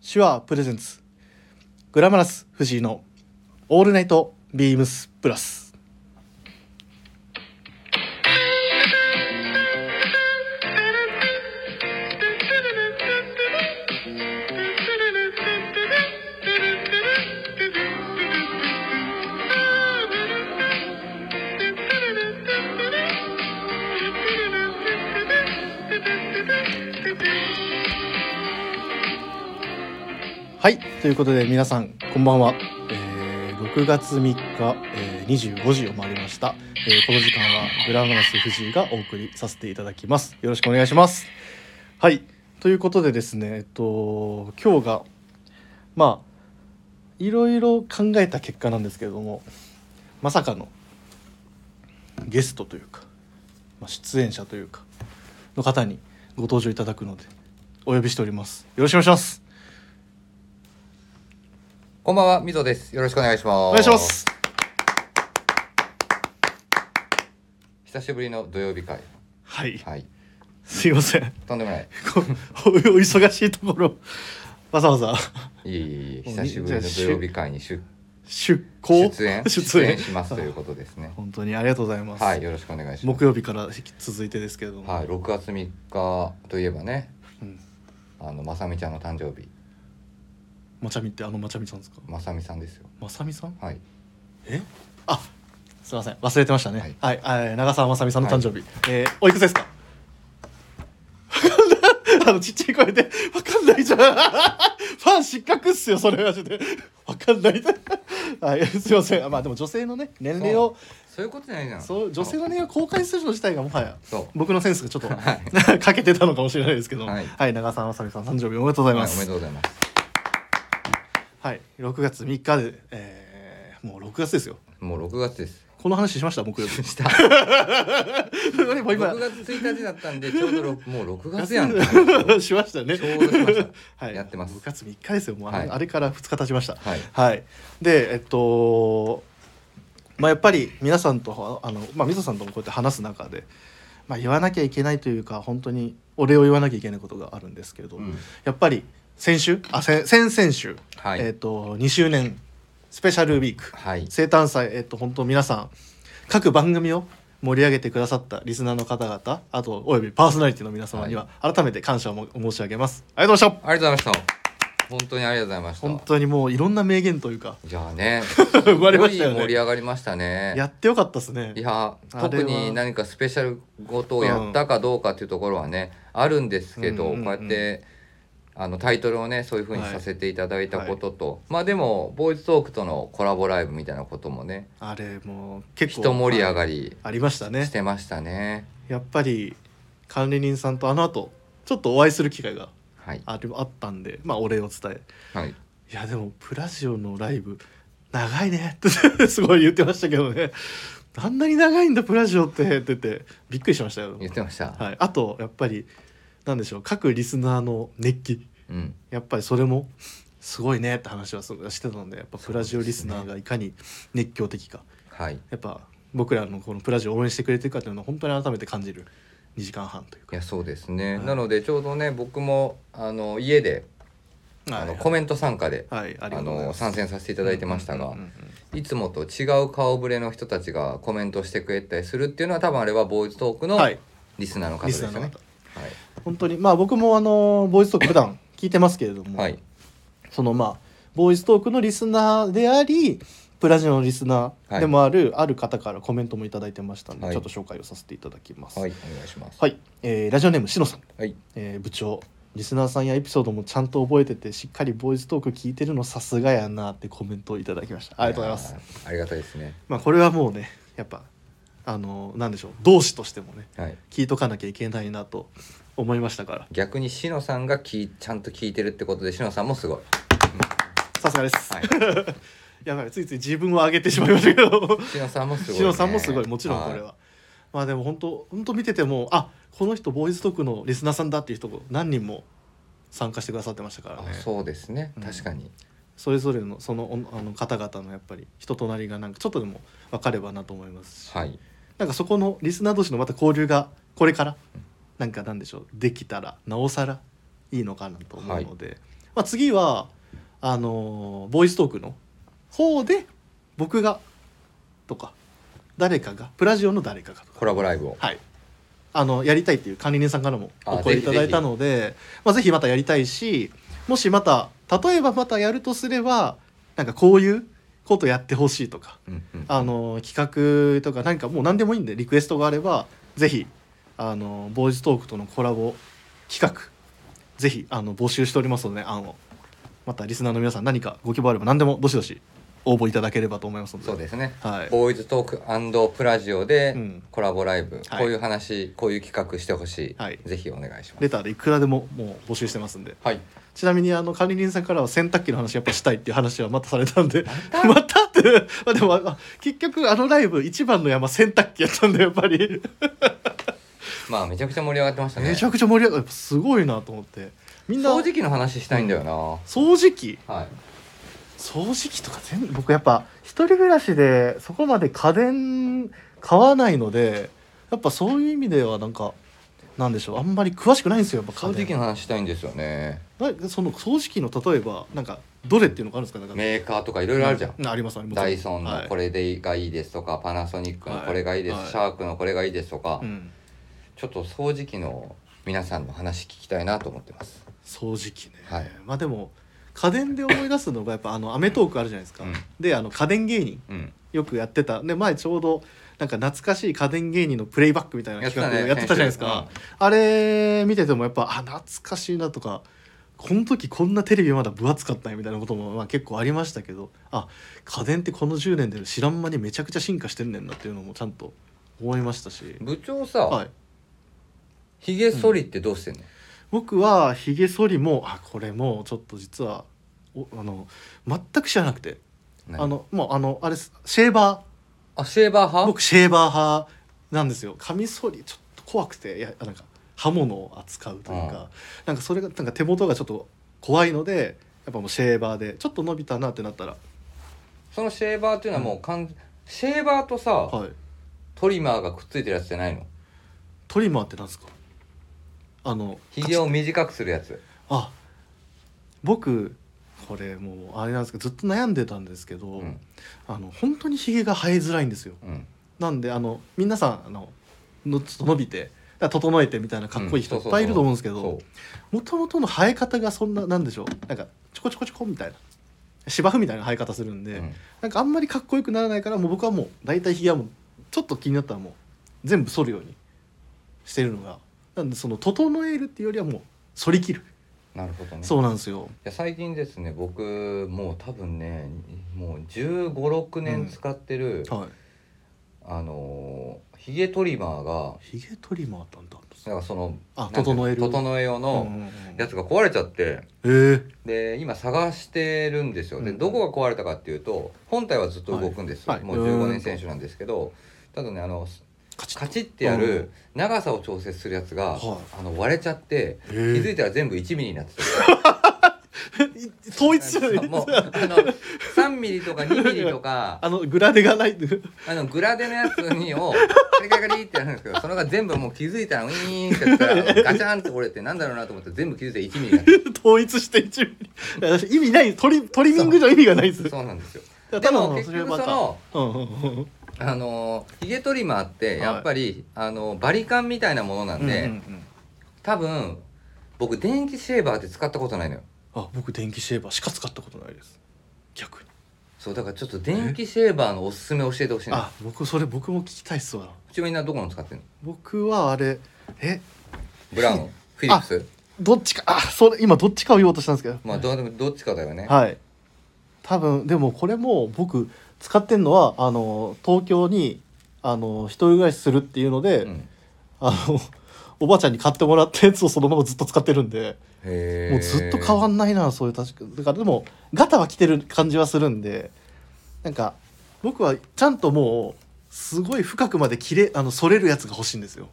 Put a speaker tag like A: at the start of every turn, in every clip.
A: 手話プレゼンツグラマラス藤井のオールナイトビームスプラスはいということで皆さんこんばんは、えー6月3日、えー25時を回りました、えーこの時間はグラマラス藤井がお送りさせていただきますよろしくお願いしますはいということでですねえっと今日がまあいろいろ考えた結果なんですけれどもまさかのゲストというか、まあ、出演者というかの方にご登場いただくのでお呼びしておりますよろしくお願いします
B: こんばんは、みぞです。よろしくお願いします。
A: お
B: お
A: 願いしま。す
B: 久しぶりの土曜日会。
A: はい
B: はい。
A: すいません
B: とんでもない。
A: こおお忙しいところわざわざ
B: いえいえいえ、
A: もう
B: 久しぶりの土曜日会に出
A: 出向
B: 出演
A: 出演
B: しますということです ね。
A: 本当にありがとうございます、
B: はい、よろしくお願いします。
A: 木曜日から続いてですけれども、
B: はい、6月3日といえばね、
A: うん
B: あのまさみちゃんの誕生日、
A: まちゃみってあのまちゃみさんですか
B: まさみさんですよ。
A: まさみさん
B: はい。
A: えあすいません忘れてましたねはい、はい、長澤まさみさんの誕生日、えーおいくつですか わかんないあのちっちゃい声でわかんないじゃん ファン失格っすよそれはでわかんない はいすいませんまあでも女性のね年齢を
B: そういうことじゃないじゃん。
A: そう女性の
B: ね。
A: 年齢を公開するの自体がもはや
B: そう。
A: 僕のセンスがちょっと、
B: は
A: かけてたのかもしれないですけどは、
B: はいい
A: 長澤まさみさん誕生日おめでとうござい
B: は
A: ま
B: い、おめ
A: す
B: でとうございます。
A: はい、6月3日で、えーもう6月ですよ
B: もう6月 です。
A: この話しました木曜 日
B: した。
A: もう今
B: 6月1日だったんで、ちょうどろくもう6月 やん。
A: しましたね。
B: ちょうどしまし た
A: はい、
B: やってます
A: 6月3日ですよ。もうあれ,、
B: はい
A: あれから2日経ちました。
B: はい。
A: はい。で、えっと、まあやっぱり皆さんとあのまあみぞさんともこうやって話す中で、まあ言わなきゃいけないというか本当にお礼を言わなきゃいけないことがあるんですけれど、
B: うん
A: やっぱり先週あ先先々週、
B: はい
A: えっと2周年スペシャルウィーク、
B: はい。
A: 生誕祭、えっと、本当皆さん各番組を盛り上げてくださったリスナーの方々あとおよびパーソナリティの皆様には改めて感謝をも申し上げますありがとうございまし
B: ありがとうございました。本当にありがとうございました
A: た。本当にもういろんな名言というか
B: いやね、
A: 生まれましたよ
B: すごい盛り
A: ね
B: 上がりましたね。
A: やってよかったですね
B: いや
A: あれは
B: 特に何かスペシャルごとをやったかどうかっていうところはね、あるんですけど、
A: うんうんうん
B: こうやってあのタイトルをねそういうふうにさせていただいたことと、まあでもボーイズトークとのコラボライブみたいなこともね
A: あれもう結構
B: 一盛り上
A: はい
B: がり
A: ありましたね
B: してましたね。
A: やっぱり管理人さんとあの後ちょっとお会いする機会が
B: はい、
A: あるあったんでまあお礼を伝え
B: はい、
A: いやでもプラジオのライブ長いねって すごい言ってましたけどねあんなに長いんだプラジオってって言ってびっくりしましたよ、
B: 言ってました。
A: はい、あとやっぱりなんでしょう各リスナーの熱気
B: うん、
A: やっぱりそれもすごいねって話はすごいしてたのでやっぱプラジオリスナーがいかに熱狂的か、
B: はい
A: やっぱ僕らのこのプラジオを応援してくれてるかっていうのを本当に改めて感じる2時間半という
B: い
A: か
B: やそうですね、
A: はい
B: なのでちょうどね僕もあの家であのコメント参加で、
A: はい、あり
B: あ
A: がとうござい
B: の
A: ます
B: 参戦させていただいてました
A: う
B: が、
A: んうんうんうん
B: いつもと違う顔ぶれの人たちがコメントしてくれたりするっていうのは多分あれはボーイズトークの
A: はい
B: リスナーの方
A: リ
B: で
A: スナ
B: すよ
A: ーの
B: ね。
A: 方
B: はい
A: 本当にまあ僕もあのボーイズトーク普段聞いてますけれども、
B: はい
A: そのまあボーイズトークのリスナーでありプラジオのリスナーでもある、ある方からコメントもいただいてましたので、
B: はい
A: ちょっと紹介をさせていただきます、
B: はいいお願いします。
A: はいえーラジオネームしのさん、
B: はい
A: えー部長リスナーさんやエピソードもちゃんと覚えててしっかりボーイズトーク聞いてるのさすがやなってコメントをいただきましたありがとうございます
B: ます。ありがたいですね。
A: まあこれはもうねやっぱあのなんでしょう同志としてもね
B: はい
A: 聞いとかなきゃいけないなと思いましたから
B: 逆にしのさんがきいちゃんと聞いてるってことでしのさんもすごい。
A: さすがです、
B: はい
A: やばいついつい自分を上げてしまいましたけど
B: しのさんもすごい、ね。
A: しのさんもすごいもちろんこれは、
B: は
A: まあでも本当本当見ててもあこの人ボーイズトークのリスナーさんだっていう人が何人も参加してくださってましたから
B: い。
A: ね
B: あそうですね
A: うん
B: 確かに、
A: それぞれのそのおあの方々のやっぱり人となりがなんかちょっとでも分かればなと思いますし、
B: はい
A: なんかそこのリスナー同士のまた交流がこれからなんかなんでしょうできたらなおさらいいのかなと思うので、まあ、次はあのーボイストークの方で僕がとか誰かがプラジオの誰かがとか
B: コラボライブを。
A: はい、あのやりたいっていう管理人さんからもお
B: あ
A: 声
B: ぜ
A: い
B: ひ
A: ただいたのでまあ、ぜひまたやりたいしもしまた例えばまたやるとすればなんかこういうことやってほしいとか
B: うんうん
A: あの企画とか何かもう何でもいいんでリクエストがあればぜひあのボーイズトークとのコラボ企画ぜひあの募集しておりますので案をまたリスナーの皆さん何かご希望あれば何でもどしどし応募いただければと思いますので
B: そうですね。
A: はい、
B: ボーイズトークプラジオで
A: うん
B: コラボライブ、
A: はい
B: こういう話こういう企画してほしい、
A: はい
B: ぜひお願いします
A: レターでいくらでももう募集してますんで
B: はい
A: ちなみにあの管理人さんからは洗濯機の話やっぱしたいっていう話はまたされたんでまたってまあでもあ結局あのライブ一番の山洗濯機やったんでやっぱり
B: まあめちゃくちゃ盛り上がってましたね
A: めちゃくちゃ盛り上がるやっぱすごいなと思ってみんな
B: 掃除機の話したいんだよな、
A: 掃除機
B: はい
A: 掃除機とか全部僕やっぱ一人暮らしでそこまで家電買わないのでやっぱそういう意味ではなんかなんでしょうあんまり詳しくないんですよやっぱ
B: 掃
A: 家
B: 除機
A: 電
B: の話したいんですよね
A: なその掃除機の例えばなんかどれっていうのがあるんですかなんか
B: メーカーとかいろいろあるじゃん、
A: ありますあります
B: ダイソンの
A: はい
B: これでがいいですとか、パナソニックのこれがいいです、
A: はい
B: シャークのこれがいいですとか、
A: うん
B: ちょっと掃除機の皆さんの話聞きたいなと思ってます、
A: 掃除機ね、
B: はい
A: まあでも家電で思い出すのがやっぱあの『アメトーーク』あるじゃないですか、
B: うん
A: であの家電芸人
B: うん、
A: よくやってたで前ちょうどなんか懐かしい家電芸人のプレイバックみたいな企画
B: やってたね
A: やってたじゃないですか、あれ見ててもやっぱあ懐かしいなとかこの時こんなテレビまだ分厚かったんやみたいなこともまあ結構ありましたけどあ家電ってこの10年で知らん間にめちゃくちゃ進化してんねんなっていうのもちゃんと思いましたし、
B: 部長さ、
A: はい、
B: ひげ剃りってどうしてんの、
A: 僕はひげ剃りもあこれもちょっと実はおあの全く知らなくて
B: 何
A: あのもうあのあれですシェーバ
B: あシェーバー
A: ー
B: 派
A: 僕シェーバー派なんですよカミソリちょっと怖くていやなんか刃物を扱うというか、なんかそれがなんか手元がちょっと怖いのでやっぱもうシェーバーでちょっと伸びたなってなったら
B: そのシェーバーっていうのはもう完、シェーバーとさ、
A: はい
B: トリマーがくっついてるやつじゃないの
A: トリマーってなんですかあの
B: ひげを短くするやつ
A: あ僕これもうあれなんですけどずっと悩んでたんですけど、
B: うん
A: あの本当にひげが生えづらいんですよ
B: うん
A: なんであの皆さんあののちょっと伸びてだから整えてみたいなかっこいい人
B: う
A: いっ
B: んそうそうそう
A: ぱいいると思うんですけど
B: そ
A: もともとの生え方がそんななんでしょうなんかちょこちょこちょこみたいな芝生みたいな生え方するん
B: う、
A: で、
B: うん
A: なんかあんまりかっこよくならないからもう僕はもう大体ひげはもうちょっと気になったらもう全部剃るようにしてるのがなんでその整えるっていうよりはもう剃り切る、
B: なるほどね
A: そうなんですよ
B: いや最近ですね僕もう多分ねもう1 5 6年使ってる、
A: は
B: あのーひげトリマーが
A: いひげトリマーだったんです
B: なんかその
A: あ
B: なんていうの
A: 整える
B: 整え用のやつが壊れちゃって
A: ええー
B: で今探してるんですよで
A: うん
B: どこが壊れたかっていうと本体はずっと動くんですよ、
A: はいはい
B: もう15年選手なんですけどただねあの
A: カチッ
B: カチッてやる長さを調節するやつが、
A: は
B: あの割れちゃって
A: え
B: 気
A: ー
B: づいたら全部1ミリにな ってた。
A: い統一しない
B: もうあの3ミリとか2ミリとか
A: あのグラデがないは
B: あのグラデのやつにをカリカリカリってやるんですけどそれが全部もう気づいたらウィーンってやった らガチャンって折れてなんだろうなと思って全部気づいたら1ミリになっ て
A: 統一して一ミリ意味ないトリトリミング上意味がないです
B: たそうなんですよ。
A: た
B: で
A: だ
B: も
A: の
B: 結
A: それ
B: 局
A: ま
B: そ
A: た
B: の
A: うんうんうん
B: あのヒゲトリマーってやっぱり、あのバリカンみたいなものなんで、
A: うんうんうん
B: 多分僕電気シェーバーって使ったことないのよ。
A: あ僕電気シェーバーしか使ったことないです逆に
B: そうだからちょっと電気シェーバーのおすすめ教えてほしいの。
A: あ僕それ僕も聞きたいっすわ
B: うちみんなどこの使ってんの
A: 僕はあれえ
B: ブラウンフィリップス
A: どっちかあそれ今どっちかを言おうとしたんですけど
B: まあどうでもどっちかだよね。
A: はい多分でもこれも僕使ってんのはあの東京にあの一人暮らしするっていうので、
B: うん
A: あのおばあちゃんに買ってもらったやつをそのままずっと使ってるんで
B: へー
A: もうずっと変わんないなそういう確かだからでもガタは来てる感じはするんでなんか僕はちゃんともうすごい深くまで切れあの剃れるやつが欲しいんですよ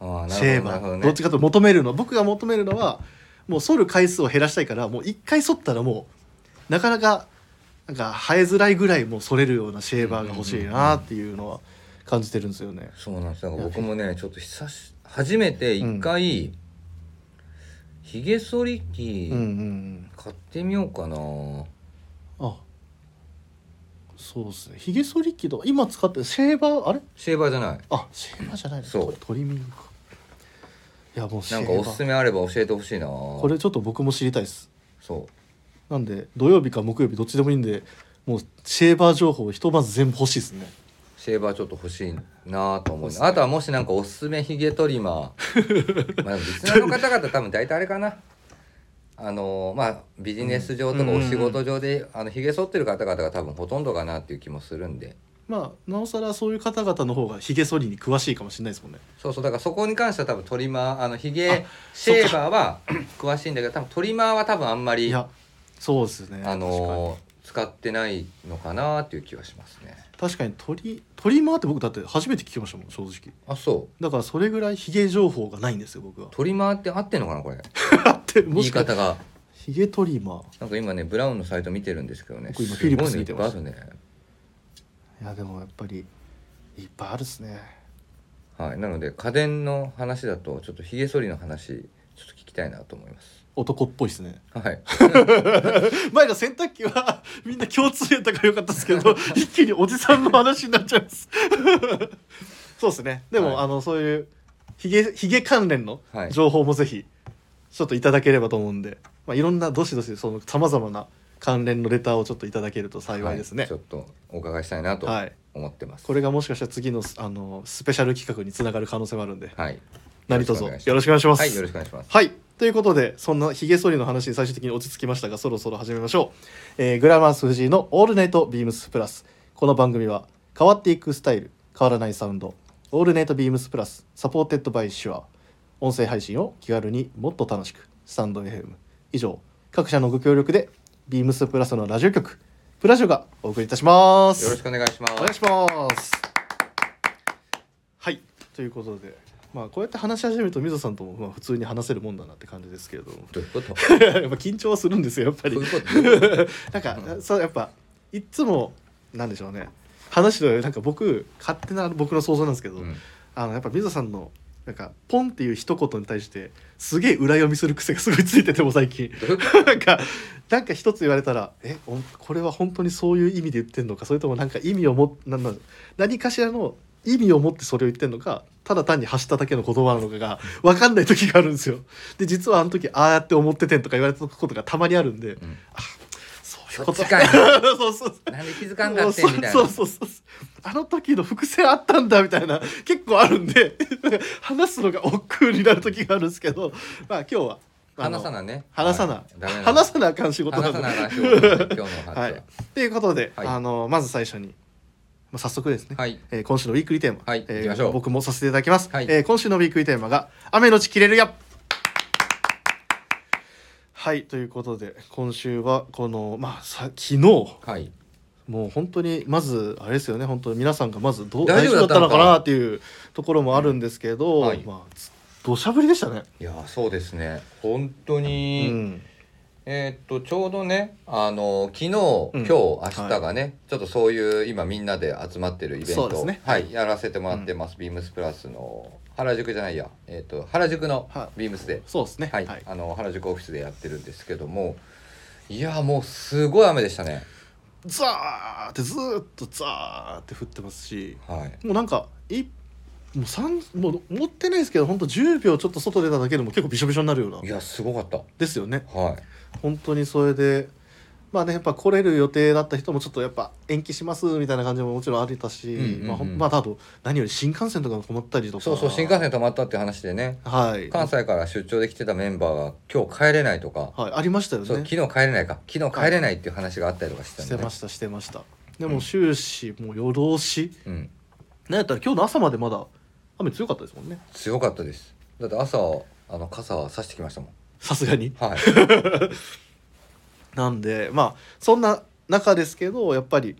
B: ああな
A: シェー
B: るほどな
A: バ
B: るほ
A: ー
B: ど
A: ど,、
B: ね
A: っちかというと求めるの僕が求めるのはもう剃る回数を減らしたいからもう一回剃ったらもうなかなかなんか生えづらいぐらいもう剃れるようなシェーバーが欲しいなっていうのは感じてるんですよね。
B: そうなんですだから僕もねちょっと久し初めて一回、ひげ剃り機、
A: うんうんうん
B: 買ってみようかな
A: あそうですねひげ剃り機とか今使ってるシェーバーあれ
B: シェーバーじゃない
A: あシェーバーじゃないの
B: そう
A: トトリミングかいやもうシェ
B: な
A: ー
B: ん
A: バ
B: か
A: ー
B: おすすめあれば教えてほしいなこ
A: これちょっと僕も知りたいです
B: そ
A: なんで土曜日か木曜日どっちでもいいんでもうシェーバー情報をひとまず全部欲しいですね
B: うシェーバーちょっと欲しいなと思うあとはもしなんかおすすめひげトリ マーまあでもリスナーの方々多分大体あれかなあのまあビジネス上とかお仕事上で、あのひげ剃ってる方々が多分ほとんどかなっていう気もするんで
A: まあなおさらそういう方々の方がひげ剃りに詳しいかもしれないですもんね
B: そうそうだからそこに関しては多分トリマーあのひげシェーバーは詳しいんだけど多分トリマーは多分あんま
A: い
B: り
A: やそうですね
B: あのー使ってないのかなっていう気はしますね。
A: 確かに確かにトリトリマーって僕だって初めて聞きましたもん正直
B: あそう
A: だからそれぐらいひげ情報がないんですよ 僕は
B: トリマーって合ってんのかなこれ
A: だっても
B: 言い
A: しかして
B: 方が
A: ひげトリマー
B: なんか今ねブラウンのサイト見てるんですけどね
A: 僕今
B: すごいの
A: フィリップス見てます
B: いっぱいあるね
A: いやでもやっぱりいっぱいあるっすね
B: はいなので家電の話だとちょっとひげ剃りの話ちょっと聞きたいなと思います
A: 男っぽいっすね
B: はい
A: 前の洗濯機は みんな共通やったからよかったですけ ど一気におじさんの話になっちゃいます そうですねでも、
B: はい
A: あのそういうひげひげ関連の
B: はい
A: 情報もぜひちょっといただければと思うんで、まあ、いろんなどしどしそのさまざまな関連のレターをちょっといただけると幸いですね
B: はちょっとお伺いしたいなと
A: はい、
B: 思ってます
A: これがもしかしたら次のあのスペシャル企画につながる可能性もあるんで
B: はい
A: 何卒よ
B: よ
A: ろ
B: ろ
A: しく
B: しく
A: お願
B: お
A: いします
B: はいよろしくお願いします
A: はい。ということで、そんなヒゲ剃りの話に最終的に落ち着きましたが、そろそろ始めましょう。えーグラマース藤井のオールナイトビームスプラス。この番組は、変わっていくスタイル、変わらないサウンド、オールナイトビームスプラス、サポーテッドバイシュア。音声配信を気軽にもっと楽しく、スタンド FM。以上、各社のご協力で、ビームスプラスのラジオ局、プラジオがお送りいたします。
B: よろしくお願いします
A: お願いします。はい、ということで、まあ、こうやって話し始めると、みぞさんとも、まあ、普通に話せるもんだなって感じですけれども。
B: どういうこ
A: や
B: と
A: っぱ緊張はするんですよ、やっぱり
B: どう。いうこと
A: なんか、そう、やっぱ、いっつも、なんでしょうね。話の、なんか、僕、勝手な、僕の想像なんですけど、
B: うん
A: あの、やっぱ、みぞさんの。なんかポンっていう一言に対してすげえ裏読みする癖がすごいついててもう最近
B: どういうこ
A: なんかなんか一つ言われたら「えおこれは本当にそういう意味で言ってんのかそれともなんか意味をもなんなん何かしらの意味を持ってそれを言ってんのかただ単に発しただけの言葉なのかが分かんない時があるんですよ。で実はあの時ああやって思っててんとか言われたことがたまにあるんで、
B: ん
A: あそういうこと
B: そっちかい
A: そうそう
B: となんで気づかんかってんみたいな
A: そうそうそうそうあの時の伏線あったんだみたいな結構あるんで話すのが億劫になる時があるんですけどまあ今日はあの
B: 話さなね
A: 話さな、
B: はいダメな
A: 話さなあかん仕事な
B: 話
A: んで
B: さなあかん仕事なんで今日のお話は
A: はいということで、
B: はい
A: あのまず最初に、まあ、早速ですね、
B: はい
A: えー今週のウィークリーテーマ、
B: はい
A: えー
B: 行きましょう
A: 僕もさせていただきます、
B: はい
A: えー今週のウィークリーテーマが「雨のち切れるや」はいということで今週はこのまあさ昨日
B: はい
A: もう本当にまずあれですよね本当に皆さんがまずどう大
B: 大
A: 丈
B: 丈
A: 夫だっ
B: 夫だったた
A: の
B: の
A: か
B: か
A: なっていうところもあるんですけど、
B: はい
A: まあつ土砂降りでしたね。
B: いやーそうですね本当
A: う
B: に、
A: ん、
B: えーっとちょうどねあの昨日、今日明日がね、ちょっとそういう今みんなで集まってるイベント
A: そうですね
B: はいやらせてもらってます、ビームスプラスの原宿じゃないや、えーっと原宿の
A: は
B: ビームスで、
A: そうですね。
B: はいあの原宿オフィスでやってるんですけどもいやーもうすごい雨でしたね
A: ザーってずーっとザーって降ってますし、
B: はい
A: もうなんかいもう三もう持ってないですけど本当10秒ちょっと外出ただけでも結構びしょびしょになるようない
B: やすごかった
A: ですよね。
B: はい
A: 本当にそれでまあねやっぱ来れる予定だった人もちょっとやっぱ延期しますみたいな感じももちろんありたし、
B: うんうんうん
A: まあほんまああと何より新幹線とかが困ったりとか
B: そうそう新幹線止まったって話でね
A: はい
B: 関西から出張で来てたメンバーが今日帰れないとか、
A: はいありましたよ
B: そう
A: ね
B: 昨日帰れないか昨日帰れないっていう話があったりとかしてた
A: し
B: ん
A: て
B: で、ね
A: ましたしてましたでも終始もう夜通し
B: うん、
A: なんやったら今日の朝までまだ雨強かったですもんね
B: 強かったですだって朝あの傘差してきましたもん
A: さすがに
B: はい
A: なんでまあそんな中ですけどやっぱり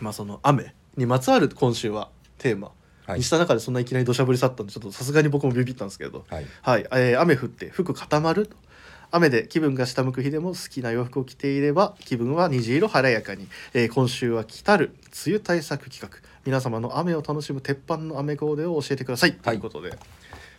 A: まあその雨にまつわる今週はテーマ
B: はい
A: にした中でそんないきなり土砂降り去ったんでちょっとさすがに僕もビビったんですけど
B: はい
A: はい、えー雨降って服固まると雨で気分が下向く日でも好きな洋服を着ていれば気分は虹色晴れやかに、えー今週は来たる梅雨対策企画皆様の雨を楽しむ鉄板の雨コーデを教えてください、ということで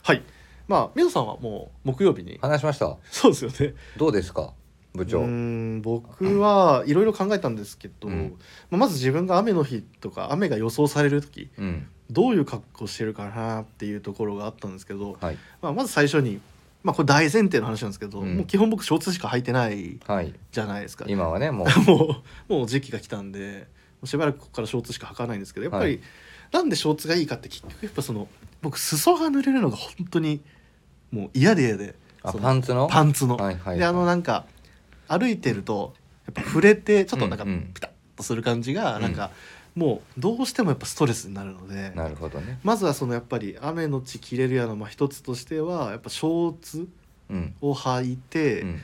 A: はいまあ皆さんはもう木曜日に
B: 話しました
A: そうですよね
B: どうですか部長
A: うーん僕はいろいろ考えたんですけど、
B: うん
A: まあまず自分が雨の日とか雨が予想される時
B: うん
A: どういう格好してるかなっていうところがあったんですけど、
B: はい
A: まあ、まず最初に、まあ、これ大前提の話なんですけど、
B: うん
A: もう基本僕ショーツしか履いてない
B: はい
A: じゃないですか
B: 今はねもう
A: もうもう時期が来たんでもうしばらくここからショーツしか履かないんですけどやっぱり、
B: は
A: なんでショーツがいいかって結局やっぱその僕裾が濡れるのが本当にもう嫌で嫌で
B: あ
A: その
B: パンツの
A: パンツの。
B: はいはいはい
A: であのなんか歩いてるとやっぱ触れてちょっとなんか
B: うんうん
A: ピタッとする感じが
B: うん
A: なんかもうどうしてもやっぱストレスになるので、
B: なるほどね
A: まずはそのやっぱり雨のち切れるやのまあ一つとしてはやっぱショーツ
B: うん
A: を履いて、
B: うん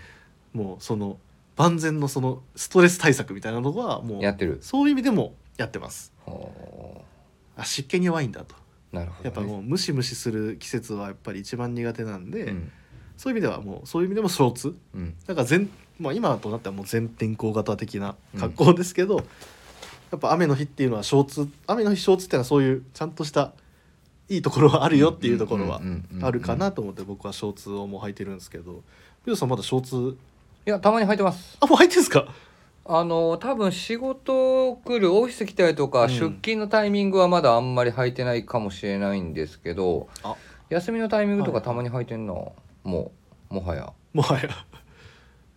A: もうその万全のそのストレス対策みたいなのはもう
B: やってる
A: そういう意味でもやってます
B: ほ
A: あ湿気に弱いんだと
B: うなるほどね
A: やっぱもうムシムシする季節はやっぱり一番苦手なんで、
B: うん
A: そういう意味ではもうそういう意味でもショーツ
B: うん
A: なんか全、まあ、今となってはもう全天候型的な格好ですけど、やっぱ雨の日っていうのはショーツ雨の日ショーツっていうのはそういうちゃんとしたいいところはあるよっていうところは
B: うんうんうんうんうん
A: あるかなと思って僕はショーツをもう履いてるんですけど美容さんまだショーツ
B: いやたまに履いてます
A: あもう履いてるんですか
B: あの多分仕事来るオフィス来たりと
A: う
B: か、
A: ん
B: 出勤のタイミングはまだあんまり履いてないかもしれないんですけど
A: あ
B: 休みのタイミングと
A: は
B: か
A: い
B: たまに履いてんな、もうもはや
A: もはや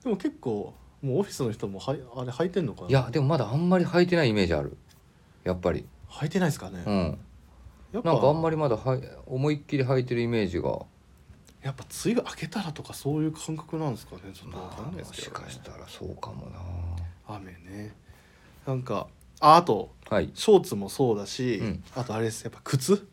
A: でも結構もうオフィスの人もはいあれ履いてんのかない
B: やでもまだあんまり履いてないイメージあるやっぱり
A: 履いてないですかね、
B: うん
A: やっぱ
B: なんかあんまりまだはい思いっきり履いてるイメージが
A: やっぱ梅雨明けたらとかそういう感覚なんですかねちょっとわかんな
B: まあ
A: いです
B: も
A: け
B: し
A: ど、ね
B: かしたらそうかもな
A: 雨ねなんかああと
B: はい
A: ショーツもそうだし、
B: うん
A: あとあれですやっぱ靴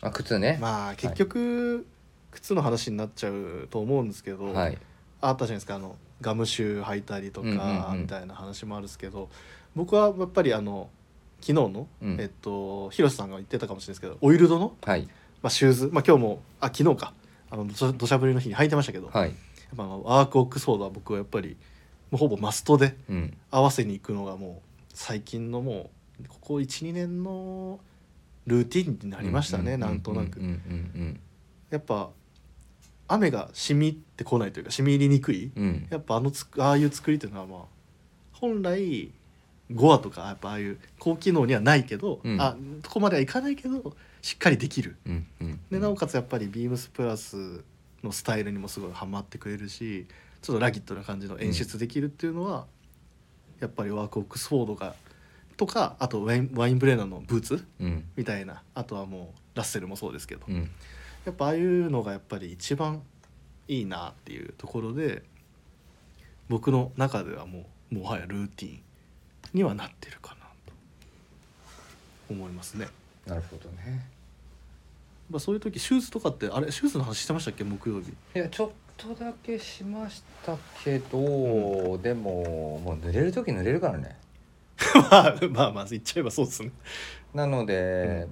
B: あ靴ね、
A: まあ結局、靴の話になっちゃうと思うんですけど、
B: はい
A: あったじゃないですかあのガムシュー履いたりと
B: うんうん
A: か
B: うん
A: みたいな話もあるんですけど、僕はやっぱりあの昨日の、
B: うん
A: えっとヒロシさんが言ってたかもしれないですけどオイルドの、
B: はい
A: まあ、シューズ、まあ、今日もあ昨日かあのどしゃ土砂降りの日に履いてましたけど、
B: は
A: や
B: い
A: っぱあのアークオックソードは僕はやっぱりもうほぼマストで
B: うん
A: 合わせに行くのがもう最近のもうここ12年のルーティンになりましたね、
B: うんうん
A: なんとなく、
B: うんうん
A: やっぱ雨が染みってこないというか染み入りにくい
B: うんうん
A: やっぱあのつああいう作りというのはまあ本来5話とかやっぱああいう高機能にはないけど、
B: うん
A: あそこまではいかないけどしっかりできる
B: うんうん
A: でなおかつやっぱりビームスプラスのスタイルにもすごいハマってくれるしちょっとラギットな感じの演出できるっていうのは、やっぱりワークオックスフォードがとかあとワインワインブレーナーのブーツ
B: うん
A: みたいなあとはもうラッセルもそうですけど、
B: うん
A: やっぱああいうのがやっぱり一番いいなっていうところで僕の中ではもうもはやルーティンにはなってるかなと思いますね。
B: なるほどね
A: まあ、そういう時シューズとかってあれシューズの話してましたっけ木曜日
B: いやちょっとだけしましたけど、でももう濡れる時濡れるからね
A: まあまあまあ言っちゃえばそうですね。
B: なので、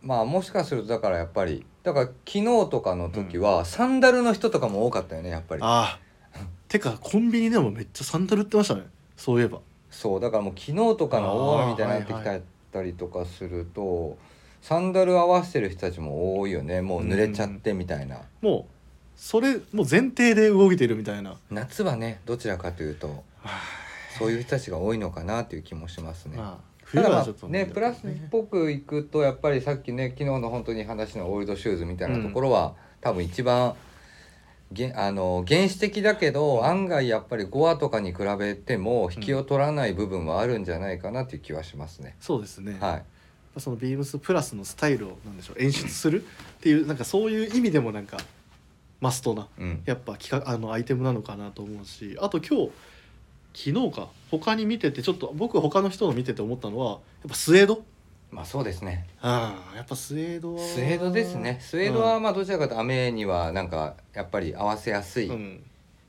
B: まあもしかするとだからやっぱりだから昨日とかの時は、サンダルの人とかも多かったよねやっぱり
A: ああ。てかコンビニでもめっちゃサンダル売ってましたね。そういえば。
B: そうだからもう昨日とかの大雨みたいになってき
A: あーは
B: たたりとかすると、サンダル合わせてる人たちも多いよねもう濡れちゃってみたいな、
A: もうそれもう前提で動いてるみたいな。
B: 夏はねどちらかというとそういう人たちが多いのかなという気もしますね。
A: まあ
B: た
A: 冬
B: だ
A: は
B: ま
A: ちょっと
B: あねプラスっぽくいくとやっぱりさっきね昨日の本当に話のオールドシューズみたいなところは、多分一番げあの原始的だけど案外やっぱり5話とかに比べても引きを取らない部分はあるんじゃないかなという気はしますね。
A: そうですね。
B: はい、
A: そのビームスプラスのスタイルをなんでしょう演出するっていうなんかそういう意味でもなんかマストな
B: うん、
A: やっぱ企画あのアイテムなのかなと思うしあと今日昨日か他に見ててちょっと僕他の人の見てて思ったのはやっぱスウェード
B: まあそうですね
A: ああやっぱスウェードは
B: スウェードですねスウェードはまあどちらかというと雨にはなんかやっぱり合わせやすい
A: うん、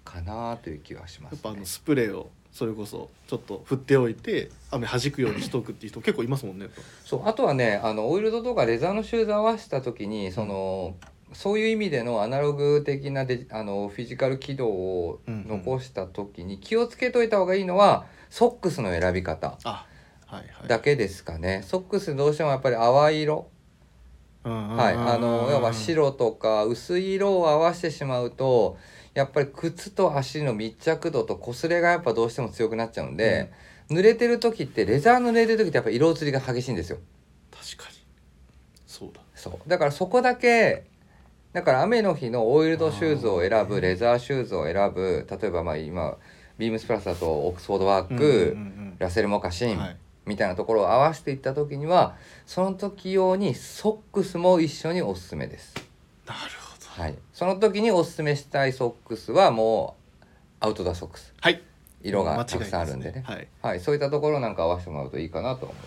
B: かなという気はしま
A: やっ
B: す
A: ぱあ
B: ね
A: の。スプレーをそれこそちょっと振っておいて雨弾くようにしとくっていう人結構いますもんねやっぱ
B: そうあとはねあのオイルドとかレザーのシューズ合わせた時にそのそういう意味でのアナログ的なデジあのフィジカル起動を
A: うんうん
B: 残した時に気をつけといた方がいいのはソックスの選び方
A: あはいはい
B: だけですかね、ソックスどうしてもやっぱり淡い色は、
A: はい
B: あの要は白とか薄い色を合わせてしまうとやっぱり靴と足の密着度と擦れがやっぱどうしても強くなっちゃうんで、濡れてる時ってレザー濡れてる時ってやっぱ色移りが激しいんですよ
A: 確かにそうだ
B: そうだからそこだけだから雨の日のオイルドシューズを選ぶレザーシューズを選ぶ例えばまあ今ビームスプラスだとオックスフォードワーク、
A: うんうん
B: ラセルモカシ
A: う
B: ン、
A: んはい
B: みたいなところを合わせていった時にはその時用にソックスも一緒におすすめです。
A: なるほど
B: はい、その時におすすめしたいソックスはもうアウトドアソックス
A: はい
B: 色
A: 間違い
B: が
A: な
B: たくさんあるんでね
A: いすはい
B: はい、そういったところなんか合わせてもらうといいかなと思い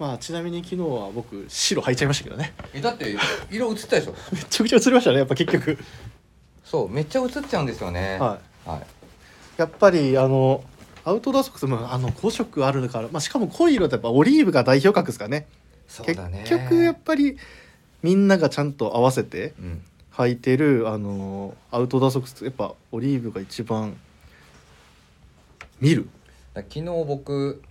B: ま
A: まあちなみに昨日は僕白履いちゃいましたけどね
B: すえだって色映ったでしょ
A: めちゃくちゃ映りましたねやっぱ結局
B: そうめっちゃ映っちゃうんですよね、
A: はい
B: はい、
A: やっぱりあのアウトドアソックスもあの5色あるから、まあ、しかも濃い色ってやっぱオリーブが代表格ですかね
B: そうだね
A: 結局やっぱりみんながちゃんと合わせて
B: うん
A: 履いてるあのアウトドアソックスってやっぱオリーブが一番見る
B: だ昨日僕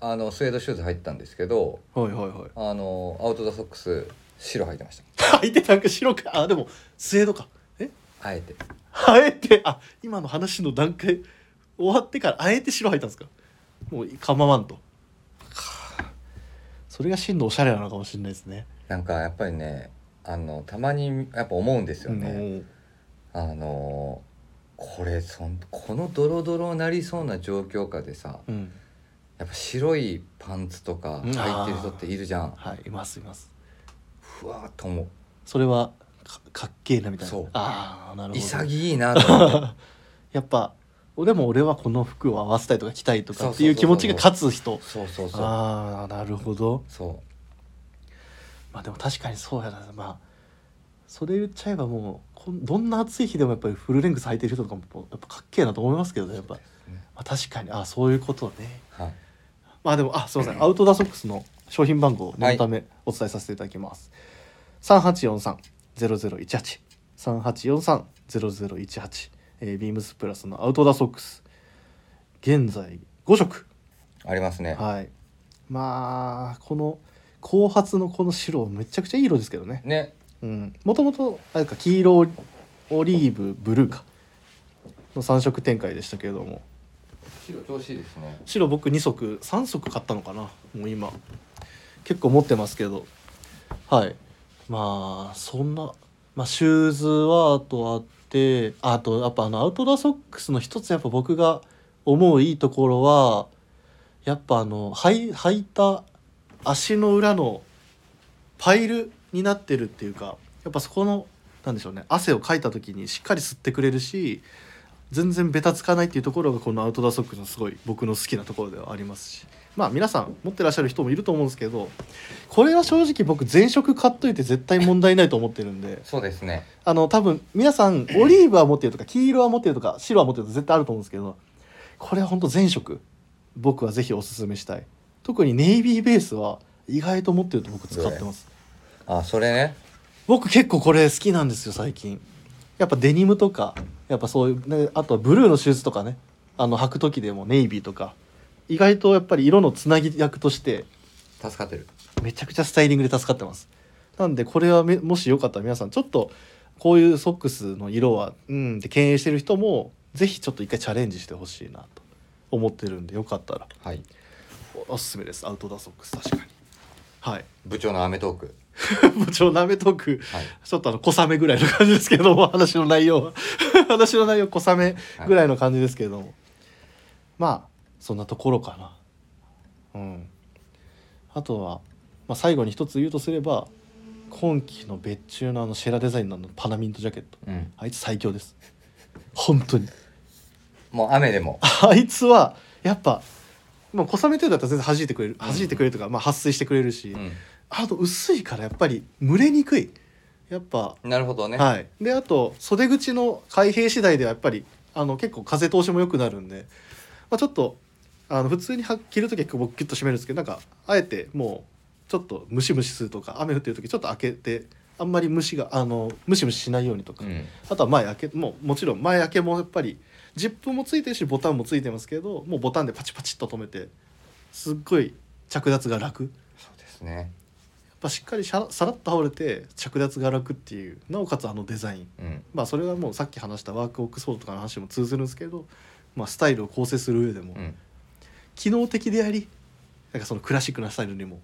B: あのスウェードシューズ入ったんですけど
A: はいはいは
B: あのアウトドアソックス白履いてまし
A: い履いてたんか白かあでもスエードかえ
B: たあえて
A: あえてあ今の話の段階終わってからあえて白履いたんですかもう構わんとそれが真のおしゃれなのかもしれないですね
B: なんかやっぱりねあのたまにやっぱ思うんですよね、
A: うん
B: あのーこれそんこのドロドロなりそうな状況下でさ
A: うん
B: やっぱ白いパンツとか
A: うん
B: 履いてる人っているじゃん
A: はいいますいます
B: ふわーっと思う
A: それはかかっけえなみたいな
B: そう
A: ああなるほど
B: 潔いなと思う
A: やっぱでも俺はこの服を合わせたいとか着たいとかってい
B: そうそうそう
A: う
B: そう
A: 気持ちが勝つ人
B: そうそうそう
A: ああなるほど
B: そ
A: まあでも確かにそうやなまあそれ言っちゃえばもうこんどんな暑い日でもやっぱりフルレングス履いてる人とかもやっぱかっけえなと思いますけどねやっぱ、ま
B: う、ね
A: あ、確かにあそういうことね
B: はい、
A: まあでもあすいませんアウトドアソックスの商品番号を念のためお伝えさせていただきます、3843-0018 3843-0018、えー、ビームスプラスのアウトドアソックス現在5色
B: ありますね
A: はいまあこの後発のこの白めちゃくちゃいい色ですけどね
B: ね
A: うんもともとあれか黄色オリーブブルーかの3色展開でしたけれども
B: 白調子いいですね
A: 白僕2足3足買ったのかなもう今結構持ってますけどはいまあそんな、まあ、シューズはあとあってあとやっぱあのアウトドアソックスの一つやっぱ僕が思ういいところはやっぱあの履い履いた足の裏のパイルになってるっていうかやっぱそこのなんでしょうね汗をかいた時にしっかり吸ってくれるし全然ベタつかないっていうところがこのアウトドアソックスのすごい僕の好きなところではありますしまあ皆さん持ってらっしゃる人もいると思うんですけどこれは正直僕全色買っといて絶対問題ないと思ってるんで
B: そうですね
A: あの多分皆さんオリーブは持ってるとか黄色は持ってるとか白は持ってると絶対あると思うんですけどこれは本当全色僕はぜひおすすめしたい特にネイビーベースは意外と持ってると僕使ってます
B: あそれね
A: 僕結構これ好きなんですよ最近やっぱデニムとかやっぱそういう、ね、あとはブルーのシューズとかねあの履く時でもネイビーとか意外とやっぱり色のつなぎ役として
B: 助かってる
A: めちゃくちゃスタイリングで助かってますなんでこれはめもしよかったら皆さんちょっとこういうソックスの色はうんって敬遠してる人もぜひちょっと一回チャレンジしてほしいなと思ってるんでよかったら
B: はい
A: おおすすめですアウトドアソックス確かにはい
B: 部長のアメトーク
A: 部長なめとく
B: はい
A: ちょっとあの小雨ぐらいの感じですけども話の内容は 話の内容小雨ぐらいの感じですけども、まあそんなところかなうんあとは、まあ、最後に一つ言うとすれば今期の別注のあのシェラデザインのあのパナミントジャケット
B: うん
A: あいつ最強です本当に
B: もう雨でも
A: あいつはやっぱ、まあ、小雨程度だったら全然弾いてくれる弾いてくれるとか、まあ、撥水してくれるし、
B: う
A: あと薄いからやっぱり蒸れにくいやっぱ
B: んなるほどね
A: はい、であと袖口の開閉次第ではやっぱりあの結構風通しも良くなるんで、まあ、ちょっとあの普通には着る時は結構僕ギュッと締めるんですけどなんかあえてもうちょっとムシムシするとか雨降ってる時ちょっと開けてあんまり虫があのムシムシしないようにとか、
B: うん
A: あとは前開けもうもちろん前開けもやっぱりジップもついてるしボタンもついてますけどもうボタンでパチパチっと止めてすっごい着脱が楽。
B: そうですね
A: ぱしっかりしゃさらっと羽織れて着脱が楽っていうなおかつあのデザイン
B: うん
A: まあそれはもうさっき話したワークオックスフォードとかの話も通ずるんですけど、まあ、スタイルを構成する上でも
B: うん
A: 機能的でありなんかそのクラシックなスタイルにも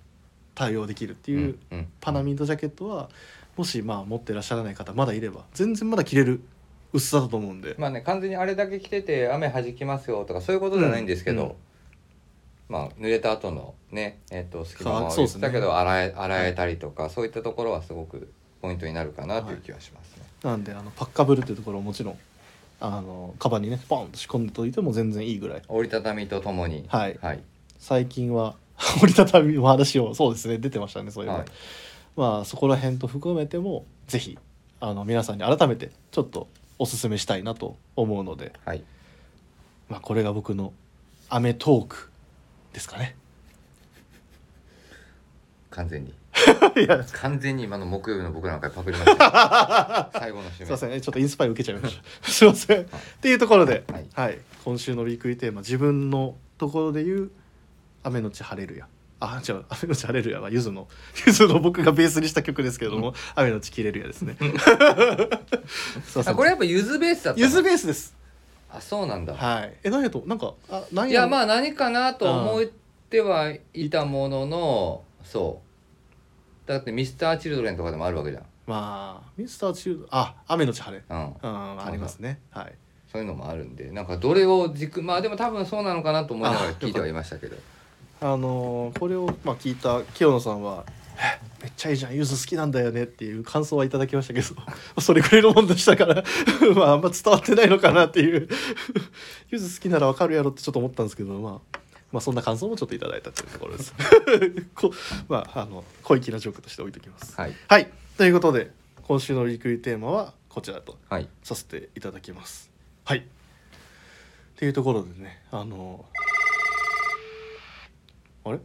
A: 対応できるっていう
B: うんうん
A: パナミッドジャケットはもしまあ持ってらっしゃらない方まだいれば全然まだ着れる薄さだと思うんで、
B: まあね完全にあれだけ着てて雨弾きますよとかそういうことじゃないんですけど、
A: うんうん
B: まあ濡れた後のねえっ、と隙間
A: あ
B: は
A: そう
B: 言
A: で
B: っ
A: す
B: て
A: ね
B: たけど洗え洗えたりとか、そういったところはすごくポイントになるかなという気がしますね。
A: なんであのパッカブルっていうところをもちろんあのカバンにねポンと仕込んでおいても全然いいぐらい
B: 折りたたみとともに、
A: はい
B: はい
A: 最近は折りたたみの話をそうですね出てましたねそういうの、
B: はい
A: まあそこら辺と含めてもぜひあの皆さんに改めてちょっとおすすめしたいなと思うので、
B: はい、
A: まあ、これが僕の「アメトーク」ですか ね
B: 完全に
A: いや
B: 完全に今の木曜日の僕なんかパクりました ね、最後の
A: す
B: 締
A: い
B: め
A: ませんねちょっとインスパイア受けちゃいました すいませんっていうところで、
B: はい
A: はい、今週のウィークリーテーマ自分のところで言う「雨のち晴れるや」あ違う「雨のち晴れるや」はゆずの ゆずの僕がベースにした曲ですけれども「雨のち切れるや」です ねすいませ
B: あ
A: ん
B: これやっぱゆずベースだった
A: ゆず
B: ー
A: ベースです
B: あそうなんだ、
A: はいえ何やとなんかあ何
B: い、
A: や
B: やまあ何かなと思ってはいたものの、そうだってミスターチルドレンとかでもあるわけじゃん
A: まあミスターチューあ雨のち晴れ
B: うん、
A: うんありますねはい
B: そういうのもあるんでなんかどれを軸まあでも多分そうなのかなと思いながら聞いてはいまし たけど
A: あのーこれをまあ聞いた清野さんはえ「めっちゃいいじゃんゆず好きなんだよね」っていう感想はいただきましたけど それくらいのもんでしたから まああんま伝わってないのかなっていう ゆず好きならわかるやろってちょっと思ったんですけどまあまあそんな感想もちょっといただいたというところです こまああの小粋なジョークとして置いときます
B: はい
A: はいということで今週のウィークリーテーマはこちらと
B: はい
A: させていただきます。はい。っていうところでね、あの。あれ。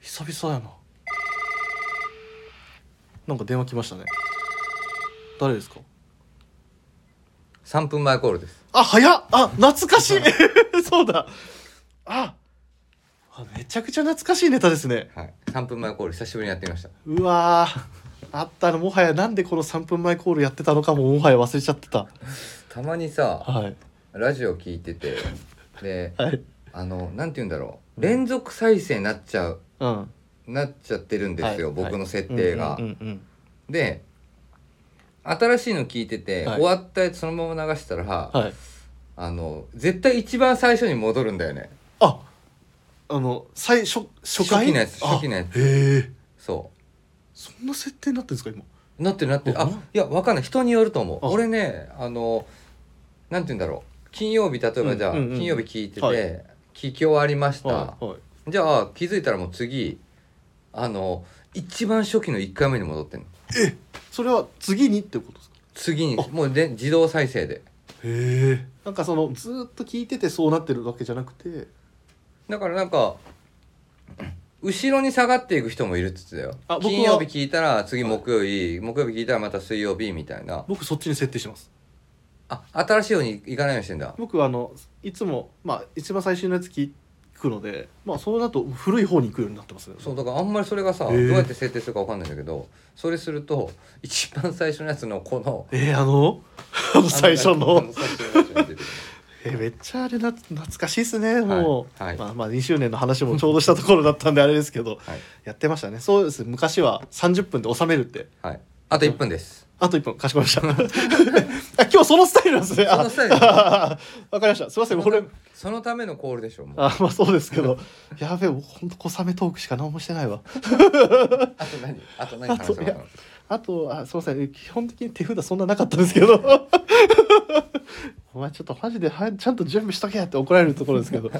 A: 久々やな。なんか電話来ましたね。誰ですか。
B: 3分前コールです
A: あ、早っ、あ、懐かしい。 そうだ。あ。あめちゃくちゃ懐かしいネタですね。
B: はい3分前コール久しぶりにやってみました
A: うわー。あったのもはやなんでこの3分前コールやってたのかももはや忘れちゃってた
B: たまにさ
A: はい
B: ラジオ聞いててで
A: はい
B: あのなんて言うんだろう連続再生になっちゃう
A: うん
B: なっちゃってるんですよ、
A: はい
B: 僕の設定が、
A: うんうんうんうん
B: で新しいの聞いてて、
A: はい
B: 終わったやつそのまま流したら、
A: はい。
B: あの絶対一番最初に戻るんだよね
A: あ、あの最初初回
B: 初期のやつ
A: あ
B: 初期のやつ
A: へえ。
B: そ
A: そんな設定になってるんですか今。
B: うなってるなってる
A: あ
B: あいやわかんない人によると思う
A: あ
B: 俺ねあのなんて言うんだろう金曜日例えばじゃあ、
A: うんうんうん
B: 金曜日聞いてて、
A: はい
B: 聞き終わりました、
A: はいはい。
B: じゃあ気づいたらもう次あの一番初期の1回目に戻ってんの
A: それは次にってことですか。
B: 次に
A: あ
B: もうで自動再生で
A: へえ。なんかそのずーっと聞いててそうなってるわけじゃなくて、
B: だからなんか後ろに下がっていく人もいるっつってた
A: あ
B: よ
A: 僕は
B: 金曜日聞いたら次木曜日、木曜日聞いたらまた水曜日みたいな
A: 僕そっちに設定してます。
B: あ新しいように行かないようにしてんだ
A: 僕はあのいつもまあ一番最新のやつ聞くので、まあその後古い方に行くようになってますね。
B: そうだからあんまりそれがさ、
A: へえ
B: どうやって設定するか分かんないんだけどそれすると一番最初のやつのこの
A: えー、あのあの 最初
B: あ
A: の
B: 最初のやつが出てくる
A: えーめっちゃあれな懐かしいっすねもう、
B: はいはい
A: まあまあ2周年の話もちょうどしたところだったんであれですけ ど
B: はい、
A: やってましたねそうです昔は30分で収めるって
B: はい、あと1分です
A: あと1分かしこまりましたあ今日そのスタイルなんですねあ
B: そのスタイル
A: わかりましたすいませんこれ
B: そのためのコールでしょもうあ
A: あまあそうですけどやべえほんと小雨トークしか何もしてないわ
B: と何あと何話せばいい
A: あ
B: の
A: とあとあすいません基本的に手札そんななかったんですけど お前ちょっとマジではちゃんと準備しとけやって怒られるところですけ ど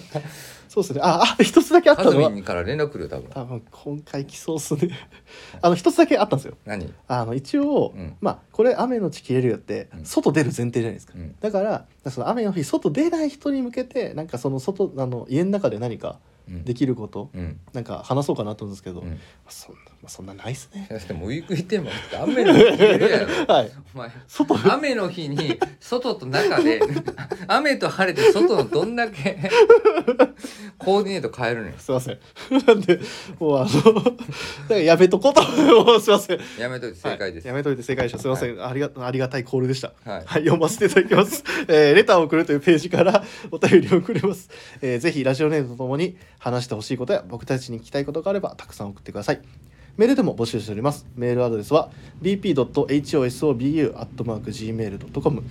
A: そうですねああ一つだけあった
B: ハド
A: の
B: ミ
A: は
B: ンから連絡来るよ多分
A: 多分今回来そうっすね あの一つだけあったんですよ
B: 何
A: あの一応、
B: うん
A: まあこれ雨のち切れるよって
B: うん
A: 外出る前提じゃないですか、
B: うん
A: だからその雨の日外出ない人に向けてなんかその外あの家の中で何か
B: うん
A: できること、
B: うん
A: なんか話そうかなと思うんですけど、
B: うん
A: そんな、まあ、そんなないっすね
B: だってもうウィークリーテーマって雨の日にやろ
A: はい
B: お前
A: 外
B: 雨の日に外と中で 雨と晴れて外のどんだけ コーディネート変えるのよ
A: すいません なんでもうあの なんかやめとこうともうすい ません
B: やめといて正解です、
A: はいやめといて正解でしたすいません、ありがありがたいコールでした
B: はい
A: 読ませていただきます、 えーレターを送るというページから お便りを送れます、えーぜひラジオネームとともに話してほしいことや僕たちに聞きたいことがあればたくさん送ってくださいメールでも募集しておりますメールアドレスは bp.hosobu.gmail.com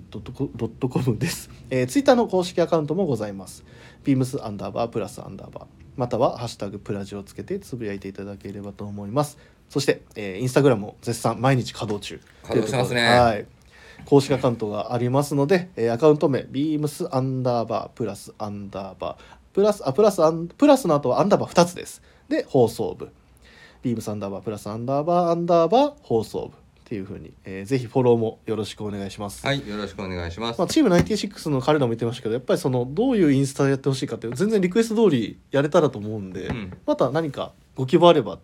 A: bp.hosobu.gmail.com です、えー、ツイッターの公式アカウントもございます beams アンダーバープラスアンダーバーまたは「ハッシュタグプラジ」をつけてつぶやいていただければと思いますそして、えー、インスタグラムも絶賛毎日稼働中
B: 稼働してますね
A: ということではい公式アカウントがありますので、えーアカウント名 beams アンダーバープラスアンダーバープラスあプラスアンプラスの後はアンダーバー2つですで放送部ビームスアンダーバープラスアンダーバーアンダーバー放送部っていう風に、えーぜひフォローもよろしくお願いします。
B: はいよろしくお願いします
A: まあ、チーム96の彼らも言ってましたけどやっぱりそのどういうインスタやってほしいかっていう全然リクエスト通りやれたらと思うんで、
B: うん
A: また何かご希望あれば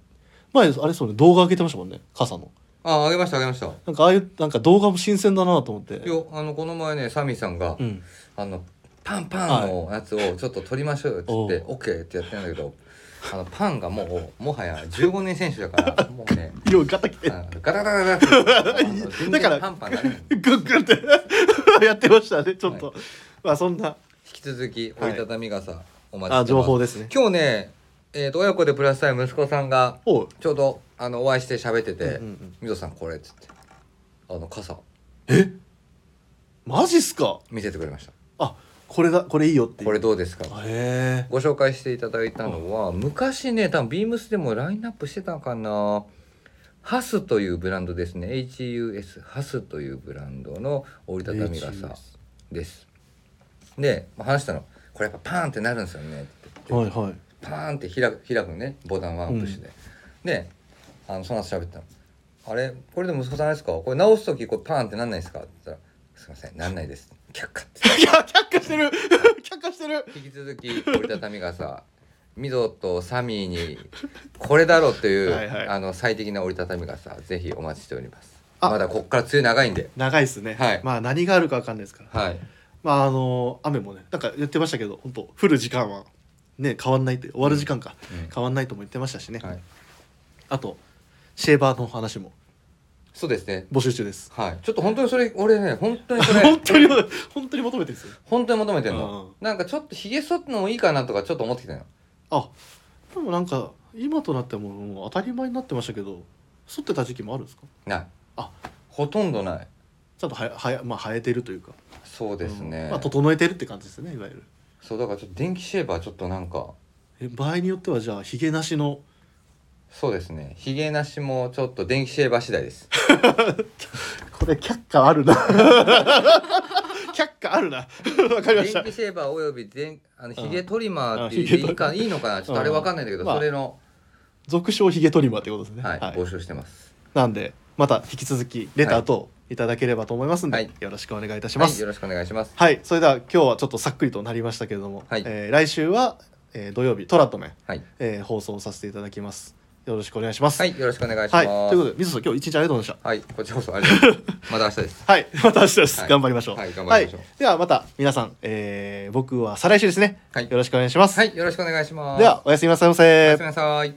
A: 前あれそうね動画上げてましたもんね傘の
B: ああげましたあげましたい
A: なんかああいうなんか動画も新鮮だなと思って
B: やあのこの前ねサミーさんが、
A: うん
B: あのパンパンのやつをちょっと取りましょうよっつって
A: おう
B: OK ってやってるんだけどあのパンがもうもはや15年選手だからもうね
A: ようガタきて
B: あのガラガラガラってあの全
A: だか
B: 然
A: ら
B: パンパンがね
A: グッグッて やってましたねちょっと、まあそんな
B: 引き続き折りたたみ傘お待ちしてま
A: あ
B: す
A: 情報ですね
B: 今日ね、えー、と親子でプラスタイム息子さんが
A: おう
B: ちょうどあのお会いして喋ってて
A: うんうんうん
B: 「み、ぞ、さんこれ」っつってあの傘
A: マジっすか
B: 見せてくれました
A: あこれだこれいいよっていう
B: これどうですか
A: へえ
B: ご紹介していただいたのは昔ね多分ビームスでもラインナップしてたかなハスというブランドですね HUS ハスというブランドの折りたたみ傘ですでまあ話したの「これやっぱパーンってなるんですよね」って言って
A: はいはい
B: パーンって開く開くのねボタンワンプッシュで、であのその後喋ってたの「あれこれでも息子さんですかこれ直す時これパーンってなんないですか?」って言ったら「すいませんなんないです」却下って
A: いや却下してる 却下してる
B: 引き続き折りたたみ傘ミドとサミーにこれだろうという
A: はいはい
B: あの最適な折りたたみ傘ぜひお待ちしております
A: あ
B: まだこっから梅雨長いんで
A: 長いっすね、
B: はい
A: まあ何があるかわかんないですから、
B: はい
A: まああの雨もねなんか言ってましたけど本当降る時間はね変わんないって終わる時間か、
B: うん
A: 変わんないとも言ってましたしね、
B: はい
A: あとシェーバーの話も
B: そうですね
A: 募集中です
B: はいちょっと本当にそれ俺ね本当にそ れ
A: 本当に本当に求めてるんですよ
B: 本当に求めてるのなんかちょっとひげ剃ってのもいいかなとかちょっと思ってきたよ
A: あでもなんか今となってももう当たり前になってましたけど剃ってた時期もあるんですか
B: ない
A: あ
B: ほとんどない
A: ちゃんとはやはや、まあ、生えてるというか
B: そうですね、
A: うんまあ、整えてるって感じですねいわゆる
B: そうだからちょっと電気シェーバーちょっとなんか
A: え場合によってはじゃあひげなしの
B: そうですねひげなしもちょっと電気シェーバー次第です
A: これ却下ある な却下あるなわかりました
B: 電気シェーバーおよび電あの
A: うん
B: ヒゲトリマーって
A: あ
B: い
A: ヒゲ
B: う
A: ト
B: いいかいいのかなちょっとあれわかんないんだけど、
A: うんまあ
B: それの、
A: 俗称ひげトリマーってことですね、
B: はい募集してます
A: なんでまた引き続きレターといただければと思いますんで、
B: はい
A: よろしくお願いいたしま
B: はい、
A: す
B: よろしくお願いします
A: はい、それでは今日はちょっとさっくりとなりましたけれども、
B: はい
A: えー来週は、えー土曜日トラとメ、
B: はい、
A: えー放送させていただきますよろしくお願いします
B: はい、よろしくお願いしま
A: は
B: す、
A: い
B: はい、
A: ということで水野さん今日一日ありがとうございました
B: こっちこそありがとうございますまた明日です
A: はい また明日です、
B: はい
A: 頑張りましょう
B: はい頑張りましょう
A: はいではまた皆さん、えー僕は再来週ですね、
B: はい
A: よろしくお願いします、
B: はいよろしくお願いします
A: ではおやすみなさいませ
B: おやすみなさい